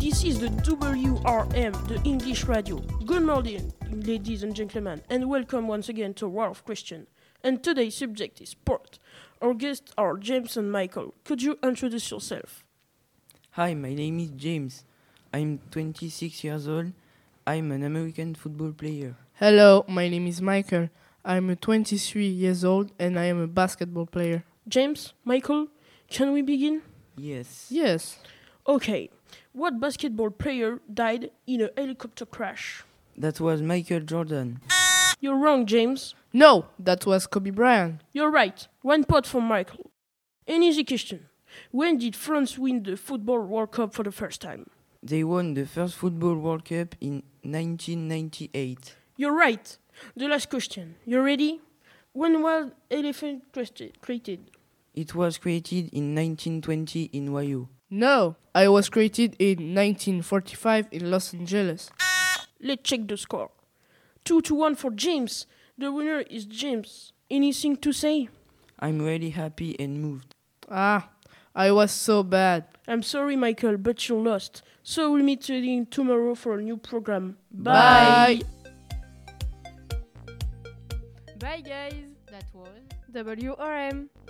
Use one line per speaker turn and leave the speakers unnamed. This is the WRM, the English radio. Good morning, ladies and gentlemen, and welcome once again to War of Question. And today's subject is sport. Our guests are James and Michael. Could you introduce yourself?
Hi, my name is James. I'm 26 years old. I'm an American football player.
Hello, my name is Michael. I'm 23 years old and I am a basketball player.
James, Michael, can we begin?
Yes.
Yes.
Okay. What basketball player died in a helicopter crash?
That was Michael Jordan.
You're wrong, James.
No, that was Kobe Bryant.
You're right. One point for Michael. An easy question. When did France win the Football World Cup for the first time?
They won the first Football World Cup in 1998.
You're right. The last question. You ready? When was elephant cresti- created?
It was created in 1920 in Wayo.
No, I was created in 1945 in Los Angeles.
Let's check the score. Two to one for James. The winner is James. Anything to say?
I'm really happy and moved.
Ah, I was so bad.
I'm sorry, Michael, but you lost. So we'll meet again tomorrow for a new program.
Bye.
Bye guys.
That was
WRM.